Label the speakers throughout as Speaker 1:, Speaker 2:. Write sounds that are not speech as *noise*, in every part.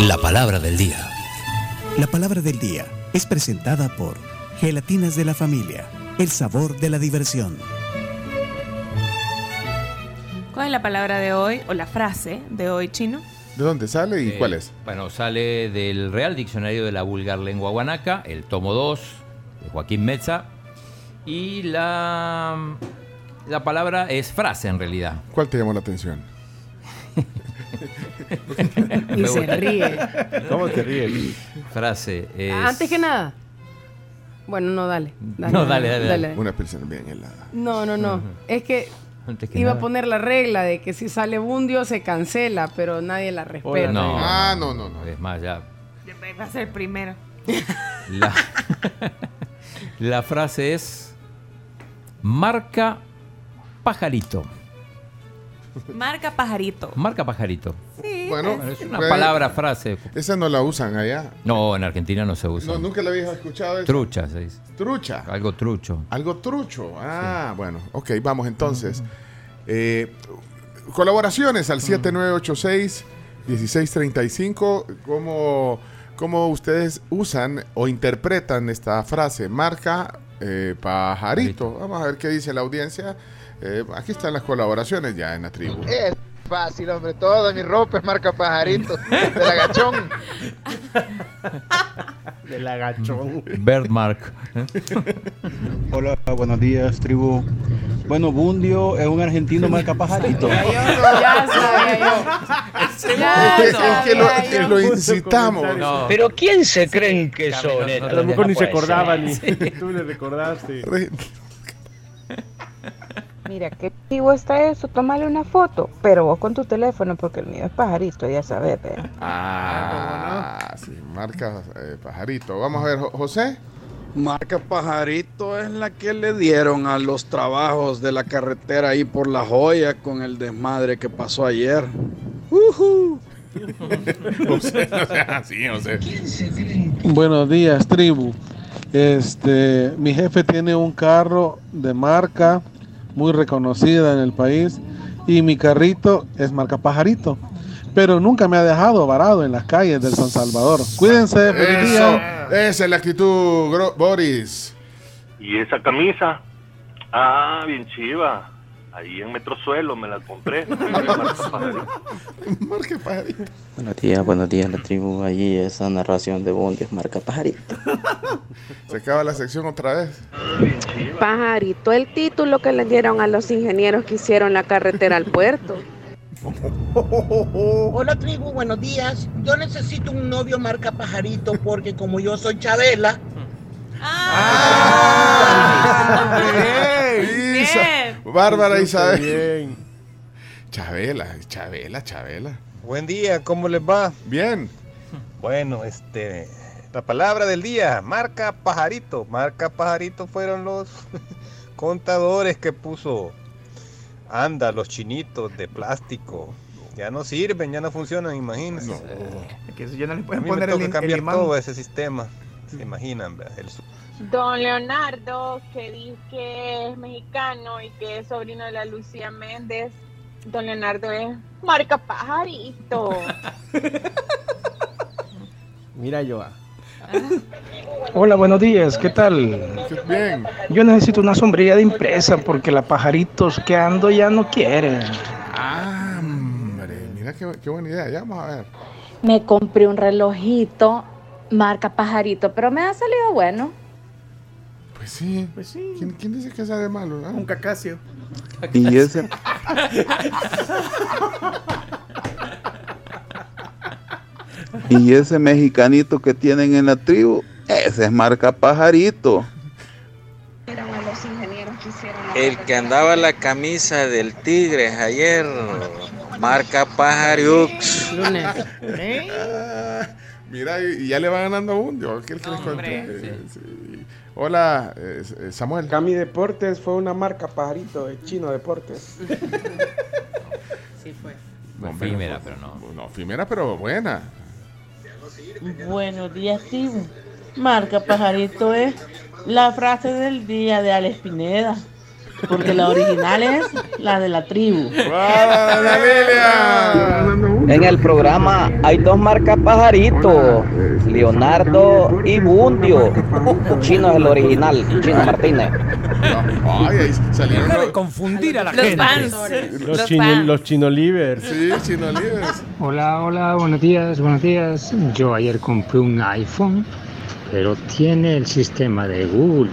Speaker 1: La palabra del día.
Speaker 2: La palabra del día es presentada por Gelatinas de la Familia, el sabor de la diversión.
Speaker 3: ¿Cuál es la palabra de hoy o la frase de hoy, chino?
Speaker 4: ¿De dónde sale y
Speaker 5: Eh,
Speaker 4: cuál es?
Speaker 5: Bueno, sale del Real Diccionario de la Vulgar Lengua Guanaca, el tomo 2, de Joaquín Meza. Y la, la palabra es frase en realidad.
Speaker 4: ¿Cuál te llamó la atención?
Speaker 6: *laughs* Y se ríe.
Speaker 7: ¿Cómo te ríes?
Speaker 5: Frase es.
Speaker 6: Antes que nada. Bueno, no, dale.
Speaker 5: No, dale, dale, dale.
Speaker 4: Una persona bien helada.
Speaker 6: No, no, no. Es que
Speaker 5: antes que
Speaker 6: iba a
Speaker 5: nada.
Speaker 6: poner la regla de que si sale Bundio se cancela, pero nadie la respeta.
Speaker 5: No.
Speaker 4: Ah, no, no, no.
Speaker 5: Es más, ya.
Speaker 3: Va a ser el primero.
Speaker 5: La, *laughs* la frase es. Marca pajarito.
Speaker 3: *laughs* Marca pajarito.
Speaker 5: Marca pajarito.
Speaker 3: Sí.
Speaker 4: Bueno,
Speaker 5: Bueno, es una
Speaker 4: pues,
Speaker 5: palabra, frase.
Speaker 4: Esa no la usan allá.
Speaker 5: No, en Argentina no se usa.
Speaker 4: No, nunca la habías escuchado. esa.
Speaker 5: Trucha, se dice.
Speaker 4: Trucha.
Speaker 5: Algo trucho.
Speaker 4: Algo trucho. Ah, bueno. Ok, vamos
Speaker 5: Mm.
Speaker 4: entonces. Eh, colaboraciones al 7986-1635. ¿Cómo, ¿Cómo ustedes usan o interpretan esta frase? Marca eh, pajarito. Vamos a ver qué dice la audiencia. Eh, aquí están las colaboraciones ya en la tribu.
Speaker 8: Es fácil, hombre. Toda mi ropa es marca pajarito. De la gachón.
Speaker 7: Del agachón.
Speaker 5: Birdmark.
Speaker 9: Hola, buenos días, tribu. Bueno, Bundio es un argentino marca pajarito.
Speaker 6: Ya yo, ya sabía yo. Ya
Speaker 4: *laughs* Es, que-
Speaker 6: sabía
Speaker 4: es que lo,
Speaker 6: yo.
Speaker 4: es que lo incitamos.
Speaker 5: No.
Speaker 10: Pero ¿quién se creen que
Speaker 5: Camilo,
Speaker 10: son?
Speaker 5: no,
Speaker 10: eh?
Speaker 5: no,
Speaker 7: A lo mejor ni se
Speaker 10: puede
Speaker 7: acordaba
Speaker 10: ser.
Speaker 7: ni *laughs* tú le recordaste.
Speaker 4: Re-
Speaker 11: Mira, qué chivo está eso, tómale una foto, pero vos con tu teléfono, porque el mío es pajarito, ya sabes, ve.
Speaker 4: Ah, sí, marca eh, pajarito. Vamos a ver, Jo- José.
Speaker 9: Marca pajarito es la que le dieron a los trabajos de la carretera ahí por la joya con el desmadre que pasó ayer.
Speaker 4: Sí, José.
Speaker 9: Buenos días, tribu. Este, mi jefe tiene un carro de marca muy reconocida en el país y mi carrito es marca pajarito, pero nunca me ha dejado varado en las calles del San Salvador. Cuídense, feliz
Speaker 4: Eso,
Speaker 9: día.
Speaker 4: esa es la actitud, Gro- Boris. *laughs*
Speaker 10: ¿Y esa camisa? Ah, bien chiva. Ahí en Metrosuelo me la *laughs* compré.
Speaker 4: Marca pajarito.
Speaker 9: Buenos días, buenos días, la tribu. Allí esa narración de Bondi es marca pajarito.
Speaker 4: Se acaba la sección otra vez.
Speaker 11: Pajarito, el título que le dieron a los ingenieros que hicieron la carretera al puerto.
Speaker 8: Hola, tribu. Buenos días. Yo necesito un novio marca pajarito porque como yo soy Chabela,
Speaker 3: Ah,
Speaker 4: Ah, *laughs* Bien. Isa- Bárbara Isabel. Chabela, Chabela, Chabela.
Speaker 9: Buen día, ¿cómo les va?
Speaker 4: Bien.
Speaker 9: Bueno, este, la palabra del día, marca pajarito. Marca pajarito fueron los *laughs* contadores que puso. Anda, los chinitos de plástico. Ya no sirven, ya no funcionan, imagínense.
Speaker 12: Que eso ya no le
Speaker 9: A
Speaker 12: pueden
Speaker 9: mí me
Speaker 12: poner el,
Speaker 9: toca
Speaker 12: im- el
Speaker 9: cambiar
Speaker 12: imán.
Speaker 9: todo ese sistema. Se imaginan, vea, el su-
Speaker 11: Don Leonardo, que dice que es mexicano y que es sobrino de la Lucía Méndez, don Leonardo es marca pajarito.
Speaker 7: Mira, Joa.
Speaker 10: Hola, buenos días. ¿Qué tal?
Speaker 4: Bien.
Speaker 10: Yo necesito una sombrilla de impresa porque las pajaritos que ando ya no quieren.
Speaker 4: Ah, hombre, mira qué, qué buena idea. Ya vamos a ver.
Speaker 11: *laughs* Me compré un relojito marca pajarito, pero me ha salido bueno.
Speaker 4: Pues sí.
Speaker 12: Pues sí.
Speaker 4: ¿Quién, quién dice que sale malo? ah?
Speaker 12: Un cacasio.
Speaker 9: Y ese Y ese mexicanito que tienen en la tribu, ese es marca pajarito.
Speaker 11: El que
Speaker 9: andaba la camisa del Tigres ayer, marca Pajariux.
Speaker 6: Lunes.
Speaker 4: Ah, mira, y y ya le va ganando a Bundio. ¿Qué que les
Speaker 3: Hombre.
Speaker 4: cuente? Eh, sí. Hola, eh, eh, Samuel.
Speaker 9: Cami Deportes fue una marca pajarito de Chino Deportes.
Speaker 6: Sí fue.
Speaker 4: Hombre,
Speaker 5: Efímera,
Speaker 4: fue-
Speaker 5: pero no.
Speaker 4: No, efímera, pero buena. *laughs*
Speaker 8: Buenos días, tribu. Marca Pajarito es la frase del día de Alex Pineda.
Speaker 1: Porque la
Speaker 6: *laughs*
Speaker 1: original es la de la tribu.
Speaker 12: En el programa hay dos marcas pajaritos, Leonardo y Bundio. Chino es el original, Chino Martínez.
Speaker 4: Ay, ahí salieron
Speaker 13: Deja
Speaker 4: los-
Speaker 13: de confundir a la
Speaker 4: Los
Speaker 13: gente.
Speaker 4: fans.
Speaker 7: Los, chino, los chinolivers.
Speaker 4: Sí, Chino Libres.
Speaker 14: Hola, hola, buenos días, buenos días. Yo ayer compré un iPhone, pero tiene el sistema de Google.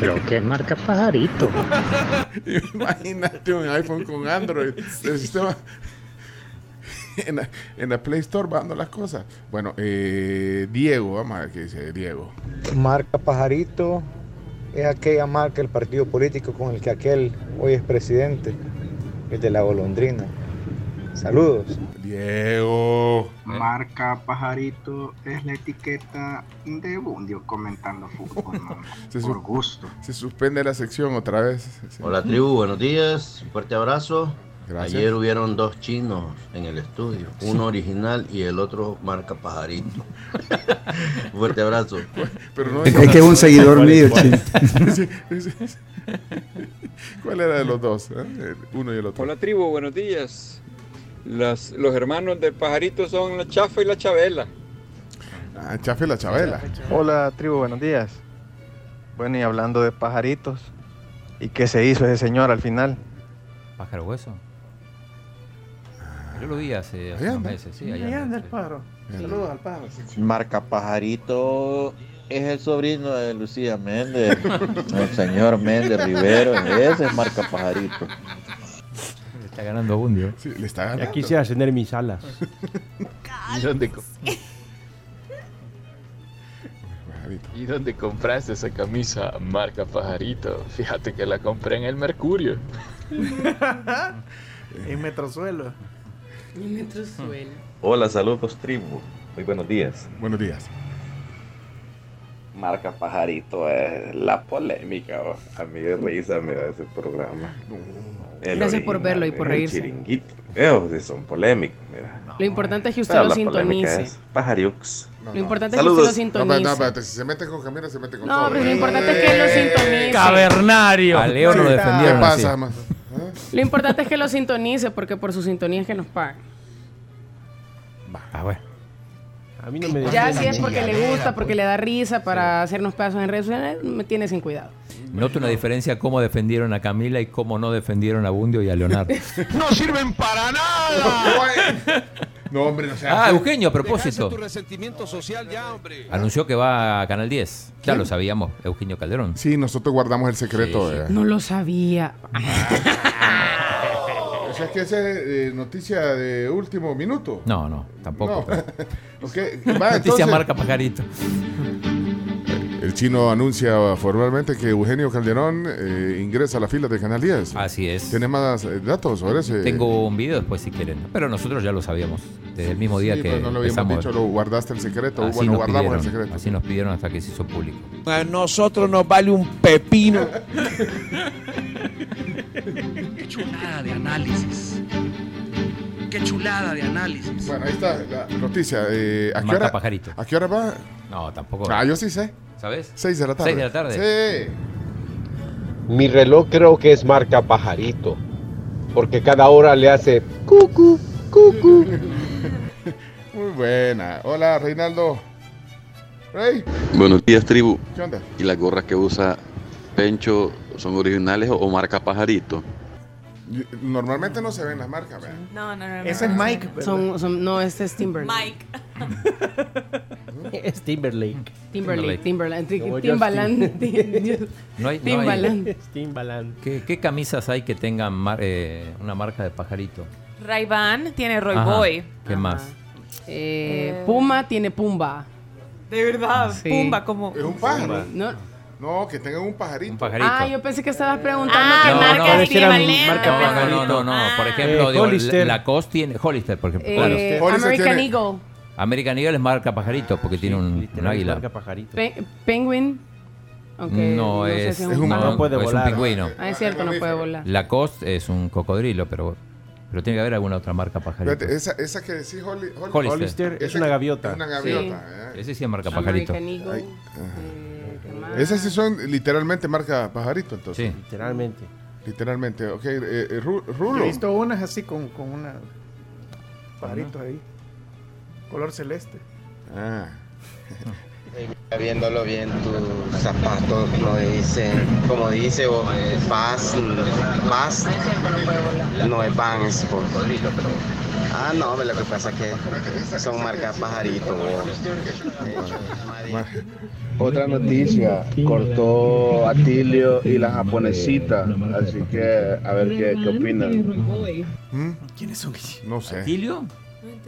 Speaker 14: Creo que es marca pajarito.
Speaker 4: Imagínate un iPhone con Android. El sistema. En la, en la Play Store va dando las cosas. Bueno, eh, Diego, vamos a ver qué dice Diego.
Speaker 15: Marca Pajarito es aquella marca, el partido político con el que aquel hoy es presidente, el de la golondrina. Saludos.
Speaker 4: Diego.
Speaker 16: Eh.
Speaker 17: Marca Pajarito es la etiqueta de Bundio comentando fútbol. ¿no?
Speaker 4: Por
Speaker 17: gusto.
Speaker 4: Se suspende la sección otra vez. Sí.
Speaker 16: Hola tribu, buenos días, un fuerte abrazo.
Speaker 4: Gracias.
Speaker 16: Ayer hubieron dos chinos en el estudio,
Speaker 4: Sí.
Speaker 16: uno original y el otro marca pajarito. *laughs* fuerte abrazo.
Speaker 17: *laughs*
Speaker 4: Pero no
Speaker 18: Es que es un seguidor mío, chino.
Speaker 4: Sí, sí, sí. *laughs* ¿Cuál era de los dos? eh? El Uno y el otro.
Speaker 19: Hola tribu, buenos días. Las- los hermanos del pajarito son la chafa y la chabela.
Speaker 4: Ah, Chafe la Chabela.
Speaker 20: Hola tribu, buenos días. Bueno, y hablando de pajaritos, ¿y qué se hizo ese señor al final?
Speaker 5: Pájaro hueso. Yo lo vi hace,
Speaker 20: Ahí
Speaker 5: hace unos
Speaker 20: anda.
Speaker 5: meses, sí. ahí
Speaker 20: Ahí
Speaker 5: anda.
Speaker 20: anda.
Speaker 13: Del pájaro.
Speaker 16: Bien.
Speaker 13: Saludos al pájaro.
Speaker 16: Marca pajarito es el sobrino de Lucía Méndez, *laughs* el señor Méndez Rivero, ese es marca pajarito.
Speaker 5: Le está ganando a Bundio.
Speaker 4: Sí, le está
Speaker 7: Ya quisiera tener mis alas.
Speaker 21: ¿Y dónde, co- ¿Y dónde compraste esa camisa marca pajarito? Fíjate que la compré en el Mercurio.
Speaker 13: En Metrosuelo. En Metrosuelo.
Speaker 22: Hola, saludos tribu. Muy buenos días.
Speaker 4: Buenos días.
Speaker 22: Marca Pajarito es la polémica. oh. A mí de risa me da ese programa. El
Speaker 6: Gracias por
Speaker 22: original,
Speaker 6: verlo y por
Speaker 22: el
Speaker 6: reírse.
Speaker 22: chiringuito. Veo si son polémicos, mira.
Speaker 6: Lo importante es que usted
Speaker 22: Ah,
Speaker 6: lo
Speaker 22: la polémica
Speaker 6: sintonice.
Speaker 22: es Pajariux.
Speaker 6: Lo importante es que usted lo sintonice.
Speaker 4: No, no, espérate, si se mete con Camila, se mete con
Speaker 6: No,
Speaker 4: todo. ¿eh?
Speaker 6: pero lo importante es que lo sintonice.
Speaker 13: Cavernario.
Speaker 5: A Leo lo
Speaker 4: Sí.
Speaker 5: defendieron
Speaker 4: ¿Qué pasa,
Speaker 5: así.
Speaker 4: man?
Speaker 6: Lo importante es que lo sintonice porque por su sintonía es que nos pagan.
Speaker 5: Ah, bueno.
Speaker 7: A mí no
Speaker 6: *laughs*
Speaker 7: me
Speaker 6: Ya
Speaker 7: digan
Speaker 6: si es porque le
Speaker 7: chingadera,
Speaker 6: gusta, porque le da risa para hacernos pedazos en redes sociales, me tiene sin cuidado.
Speaker 5: Noto una diferencia cómo defendieron a Camila y cómo no defendieron a Bundio y a Leonardo.
Speaker 6: ¡No sirven para nada!
Speaker 4: *laughs* No, hombre, no sea.
Speaker 5: Ah, Eugenio, a propósito,
Speaker 23: resentimiento social ya, hombre.
Speaker 5: anunció que va a Canal 10. Ya lo sabíamos, Eugenio Calderón.
Speaker 4: Sí, nosotros guardamos el secreto. eh.
Speaker 5: Sí, sí.
Speaker 4: ¿verdad?
Speaker 6: No lo sabía.
Speaker 4: O sea, es que esa es eh, noticia de último minuto.
Speaker 5: No, no, tampoco.
Speaker 4: No. *laughs*
Speaker 5: pero-
Speaker 4: Ok, va,
Speaker 5: Noticia
Speaker 4: entonces,
Speaker 5: marca pajarito.
Speaker 4: El chino anuncia formalmente que Eugenio Calderón eh, ingresa a la fila de Canal 10.
Speaker 5: Así es.
Speaker 4: ¿Tienes más eh, datos sobre ese?
Speaker 5: Tengo un video después si quieren. Pero nosotros ya lo sabíamos. Desde el mismo día
Speaker 4: Sí,
Speaker 5: que.
Speaker 4: pero no lo habíamos
Speaker 5: empezamos.
Speaker 4: dicho, lo guardaste el secreto.
Speaker 5: Así
Speaker 4: bueno,
Speaker 5: nos
Speaker 4: guardamos el
Speaker 5: pidieron,
Speaker 4: secreto.
Speaker 5: Así nos pidieron hasta que se hizo público.
Speaker 23: A nosotros nos vale un pepino.
Speaker 8: Qué chulada de análisis. Qué chulada de análisis.
Speaker 4: Bueno, ahí está la noticia. eh, ¿a, qué
Speaker 5: Marca
Speaker 4: hora,
Speaker 5: pajarito.
Speaker 4: ¿A qué hora va?
Speaker 5: No, tampoco.
Speaker 4: Ah, yo sí sé.
Speaker 5: ¿Sabes?
Speaker 4: Seis de la tarde.
Speaker 5: Seis de la tarde.
Speaker 4: Sí.
Speaker 24: Mi reloj creo que es marca pajarito, porque cada hora le hace cucu, cucu.
Speaker 4: Muy buena. Hola, Reinaldo. Rey,
Speaker 25: Buenos días, tribu.
Speaker 4: ¿qué onda?
Speaker 25: ¿Y las gorras que usa Pencho son originales o marca pajarito?
Speaker 4: Y- Normalmente no se ven las marcas, ¿verdad?
Speaker 3: No, no, no.
Speaker 6: Ese es Mike. Son, son- no, este es Timberlake.
Speaker 3: Mike.
Speaker 7: Es Timberlake. *laughs*
Speaker 6: Timberlake, Timberlake.
Speaker 7: Como
Speaker 6: Timberland. Timbaland.
Speaker 5: No hay- no hay-
Speaker 6: Timbaland.
Speaker 7: Timbaland.
Speaker 5: ¿Qué, qué camisas hay que tengan mar- eh, una marca de pajarito?
Speaker 3: Ray Ban tiene Roy
Speaker 5: Ajá.
Speaker 3: Boy.
Speaker 5: ¿Qué más?
Speaker 6: Eh, Puma tiene Pumba.
Speaker 3: De verdad,
Speaker 6: Sí.
Speaker 3: Pumba como.
Speaker 4: Es un pájaro.
Speaker 6: No.
Speaker 4: No, que tengan un pajarito. Un
Speaker 6: Ah, yo pensé que estabas preguntando
Speaker 3: Ah,
Speaker 6: qué
Speaker 3: no,
Speaker 6: marca
Speaker 5: no,
Speaker 6: es
Speaker 5: que eran
Speaker 6: Timbaland.
Speaker 5: marca
Speaker 6: Ah,
Speaker 5: No, no, no, no, no. Por ejemplo,
Speaker 7: Eh,
Speaker 5: digo,
Speaker 7: Hollister.
Speaker 5: la- Lacoste tiene. Hollister, por ejemplo.
Speaker 6: Eh,
Speaker 5: claro.
Speaker 6: American Eagle.
Speaker 5: American Eagle es marca pajarito porque tiene un- un, águila.
Speaker 6: Pe- Penguin. aunque
Speaker 5: No,
Speaker 6: sé
Speaker 5: es,
Speaker 6: si
Speaker 5: un,
Speaker 6: pájaro.
Speaker 5: no, es un pingüino.
Speaker 6: Ah, es cierto, no puede volar.
Speaker 5: Lacoste es un cocodrilo, pero, pero tiene que haber alguna otra marca pajarito.
Speaker 4: Espérate, esa, esa que decís Holly, Holly-
Speaker 5: Hollister.
Speaker 7: Hollister es
Speaker 4: Esa-
Speaker 7: una gaviota.
Speaker 4: Es una gaviota. ¿eh?
Speaker 5: Ese sí es marca pajarito.
Speaker 6: Ah, American Eagle. eh,
Speaker 4: Esas sí son literalmente marca pajarito, entonces.
Speaker 7: Literalmente.
Speaker 4: Literalmente. Ok, eh, eh, Ru-
Speaker 13: Yo
Speaker 4: Rulo.
Speaker 13: He visto unas así con, con una. Pajaritos ahí. Color celeste.
Speaker 4: Ah.
Speaker 2: Viéndolo bien, tus zapatos no dicen, como dice vos, paz, paz, no es van, es vos. Ah, no, hombre, lo que pasa es que son marcas pajarito.
Speaker 22: Otra noticia, cortó Atilio y la japonesita, así que a ver qué, qué opinan.
Speaker 4: ¿Quiénes son? No sé.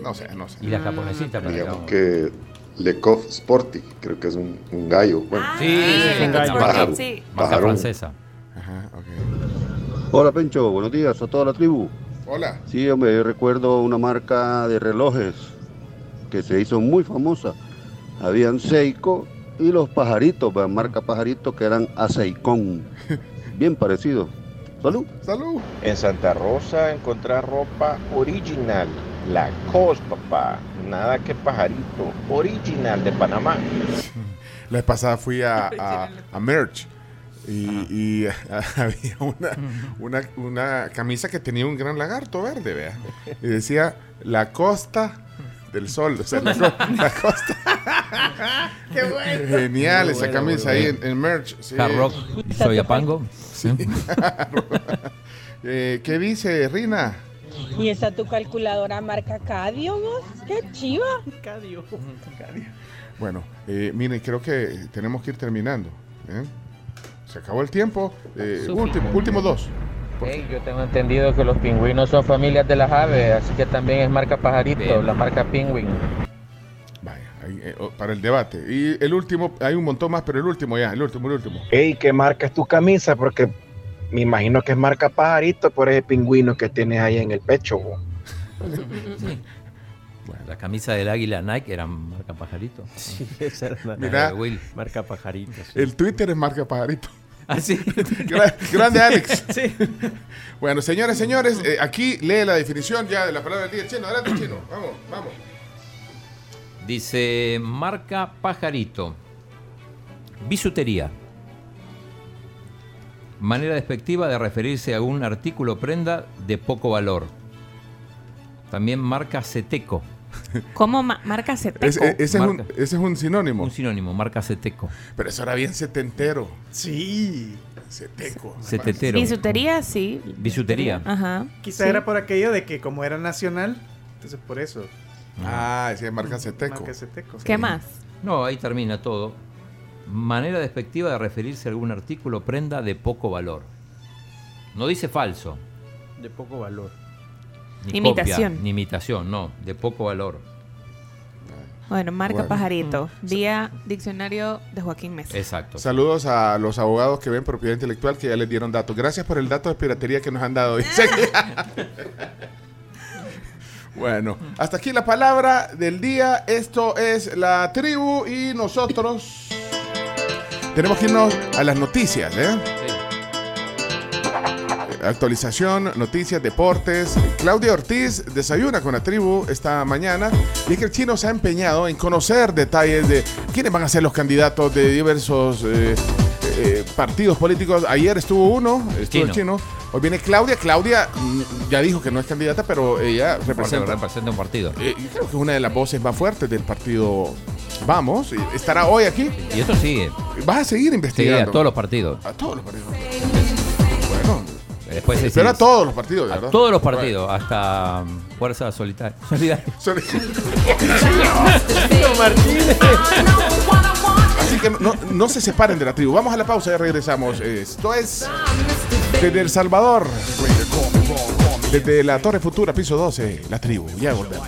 Speaker 4: No sé, no sé.
Speaker 5: Y la
Speaker 6: Ah,
Speaker 5: japonesita, pero digamos.
Speaker 9: que Lekov Sporty, creo que es un, un gallo. Bueno,
Speaker 5: Sí,
Speaker 6: Ah,
Speaker 5: sí, es un gallo.
Speaker 9: pájaro,
Speaker 5: Sí. Marca
Speaker 9: pájaro.
Speaker 5: francesa.
Speaker 10: Hola Pencho, buenos días a toda la tribu.
Speaker 4: Hola.
Speaker 10: Sí, hombre, yo recuerdo una marca de relojes que se hizo muy famosa. Habían Seiko y los pajaritos, ¿verdad? marca pajaritos que eran a Seikon. Bien parecido. Salud.
Speaker 4: Salud.
Speaker 10: En Santa Rosa encontrar ropa original. La costa, papá. Nada que pajarito. Original de Panamá.
Speaker 4: La vez pasada fui
Speaker 13: *laughs*
Speaker 4: a, a, a Merch y, *laughs* y había una, una, una camisa que tenía un gran lagarto verde, vea. Y decía la costa del sol. O sea, la, co-
Speaker 13: *laughs*
Speaker 4: la costa.
Speaker 13: ¡Qué bueno!
Speaker 4: Genial
Speaker 5: Muy
Speaker 4: esa
Speaker 5: bueno,
Speaker 4: camisa
Speaker 5: muy
Speaker 4: ahí
Speaker 5: bueno.
Speaker 4: en, en Merch. sí.
Speaker 5: Hard Rock, Soyapango.
Speaker 4: Sí. *laughs* Eh, ¿Qué dice Rina?
Speaker 9: Y esa tu calculadora marca Cadio, vos. Qué chiva. Cadio.
Speaker 4: Bueno, eh, miren, creo que tenemos que ir terminando. ¿eh? Se acabó el tiempo. Eh,
Speaker 11: Sufi.
Speaker 4: último, últimos dos.
Speaker 11: Ey, yo tengo entendido que los pingüinos son familias de las aves, así que también es marca pajarito, la marca pingüin.
Speaker 4: Ahí, eh, oh, para el debate. Y el último, hay un montón más, pero el último ya, el último, el último.
Speaker 10: Ey, ¿qué marca es tu camisa? Porque me imagino que es marca pajarito por ese pingüino que tienes ahí en el pecho. bo.
Speaker 5: La camisa del águila Nike era marca pajarito. Sí,
Speaker 7: esa era la-
Speaker 4: Mira.
Speaker 7: Marca pajarito. sí.
Speaker 4: El Twitter es marca pajarito. *laughs*
Speaker 5: Ah, sí.
Speaker 4: Gra- grande Alex.
Speaker 5: Sí.
Speaker 4: Bueno, señores, señores, eh, aquí lee la definición ya de la palabra del día. Chino, adelante, chino. Vamos, vamos.
Speaker 5: Dice marca pajarito. Bisutería. Manera despectiva de referirse a un artículo o prenda de poco valor. También marca ceteco.
Speaker 3: ¿Cómo ma- marca Ceteco?
Speaker 4: Ese- ese, es un,
Speaker 5: Marca.
Speaker 4: ese es un sinónimo. Un
Speaker 5: sinónimo, marca ceteco.
Speaker 4: Pero eso era bien setentero. Sí. Seteco.
Speaker 5: Setetero.
Speaker 3: Bisutería, sí.
Speaker 5: Bisutería.
Speaker 3: Ajá.
Speaker 13: Quizá
Speaker 3: Sí.
Speaker 13: era por aquello de que como era nacional, entonces por eso.
Speaker 4: Ah, ese es marca ceteco.
Speaker 13: Marca Ceteco.
Speaker 3: ¿Qué más?
Speaker 5: No, ahí termina todo. Manera despectiva de referirse a algún artículo o prenda de poco valor. No dice falso.
Speaker 7: De poco valor.
Speaker 5: Ni
Speaker 3: Imitación.
Speaker 5: copia, ni imitación, no. De poco valor.
Speaker 3: Bueno, marca
Speaker 4: Bueno.
Speaker 3: pajarito. Vía diccionario de Joaquín Mesa.
Speaker 5: Exacto.
Speaker 4: Saludos a los abogados que ven propiedad intelectual que ya les dieron datos. Gracias por el dato de piratería que nos han dado. Dice que- bueno, hasta aquí la palabra del día. Esto es la tribu y nosotros tenemos que irnos a las noticias. ¿eh? Actualización, noticias, deportes. Claudia Ortiz desayuna con la tribu esta mañana y es que el chino se ha empeñado en conocer detalles de quiénes van a ser los candidatos de diversos eh, eh, partidos políticos. Ayer estuvo uno, estuvo el
Speaker 5: Chino.
Speaker 4: chino. Hoy viene Claudia. Claudia mm, ya dijo que no es candidata, pero ella representa.
Speaker 5: Representa un partido.
Speaker 4: eh, y creo que es una de las voces más fuertes del partido Vamos. y Estará hoy aquí.
Speaker 5: Y esto sigue.
Speaker 4: Vas a seguir
Speaker 5: Sigue a
Speaker 4: investigando.
Speaker 5: todos los partidos.
Speaker 4: A todos los partidos.
Speaker 5: Después se-
Speaker 4: Pero a todos los partidos, de
Speaker 5: A
Speaker 4: ¿verdad?
Speaker 5: todos los partidos, hasta um, Fuerza Solitaria. Solidaria.
Speaker 4: *laughs* Así que no, no se separen de la tribu. Vamos a la pausa y regresamos. Esto es desde El Salvador. Desde la Torre Futura, piso 12, la tribu. Ya volvemos.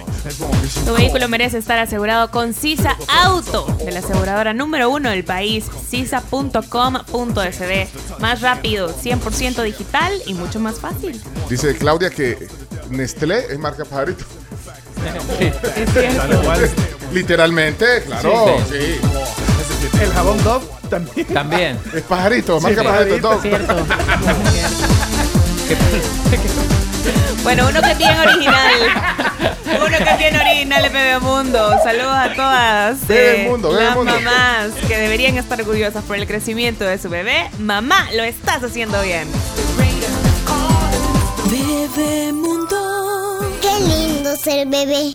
Speaker 3: Tu vehículo merece estar asegurado con CISA Auto, de la aseguradora número uno del país, cisa.com.sb. Más rápido, 100% digital y mucho más fácil.
Speaker 4: Dice Claudia que Nestlé es marca pajarito. Literalmente, claro.
Speaker 13: Sí, El jabón Dove también.
Speaker 5: *laughs* También.
Speaker 4: Es pajarito, marca
Speaker 13: Sí,
Speaker 4: pajarito. todo.
Speaker 13: pajarito,
Speaker 3: Bueno, uno que es bien original. Uno que es bien original es Bebemundo. Saludos a todas eh,
Speaker 4: Bebemundo,
Speaker 3: las
Speaker 4: Bebemundo.
Speaker 3: mamás que deberían estar orgullosas por el crecimiento de su bebé. Mamá, lo estás haciendo bien.
Speaker 1: Bebé Mundo. Qué lindo ser bebé.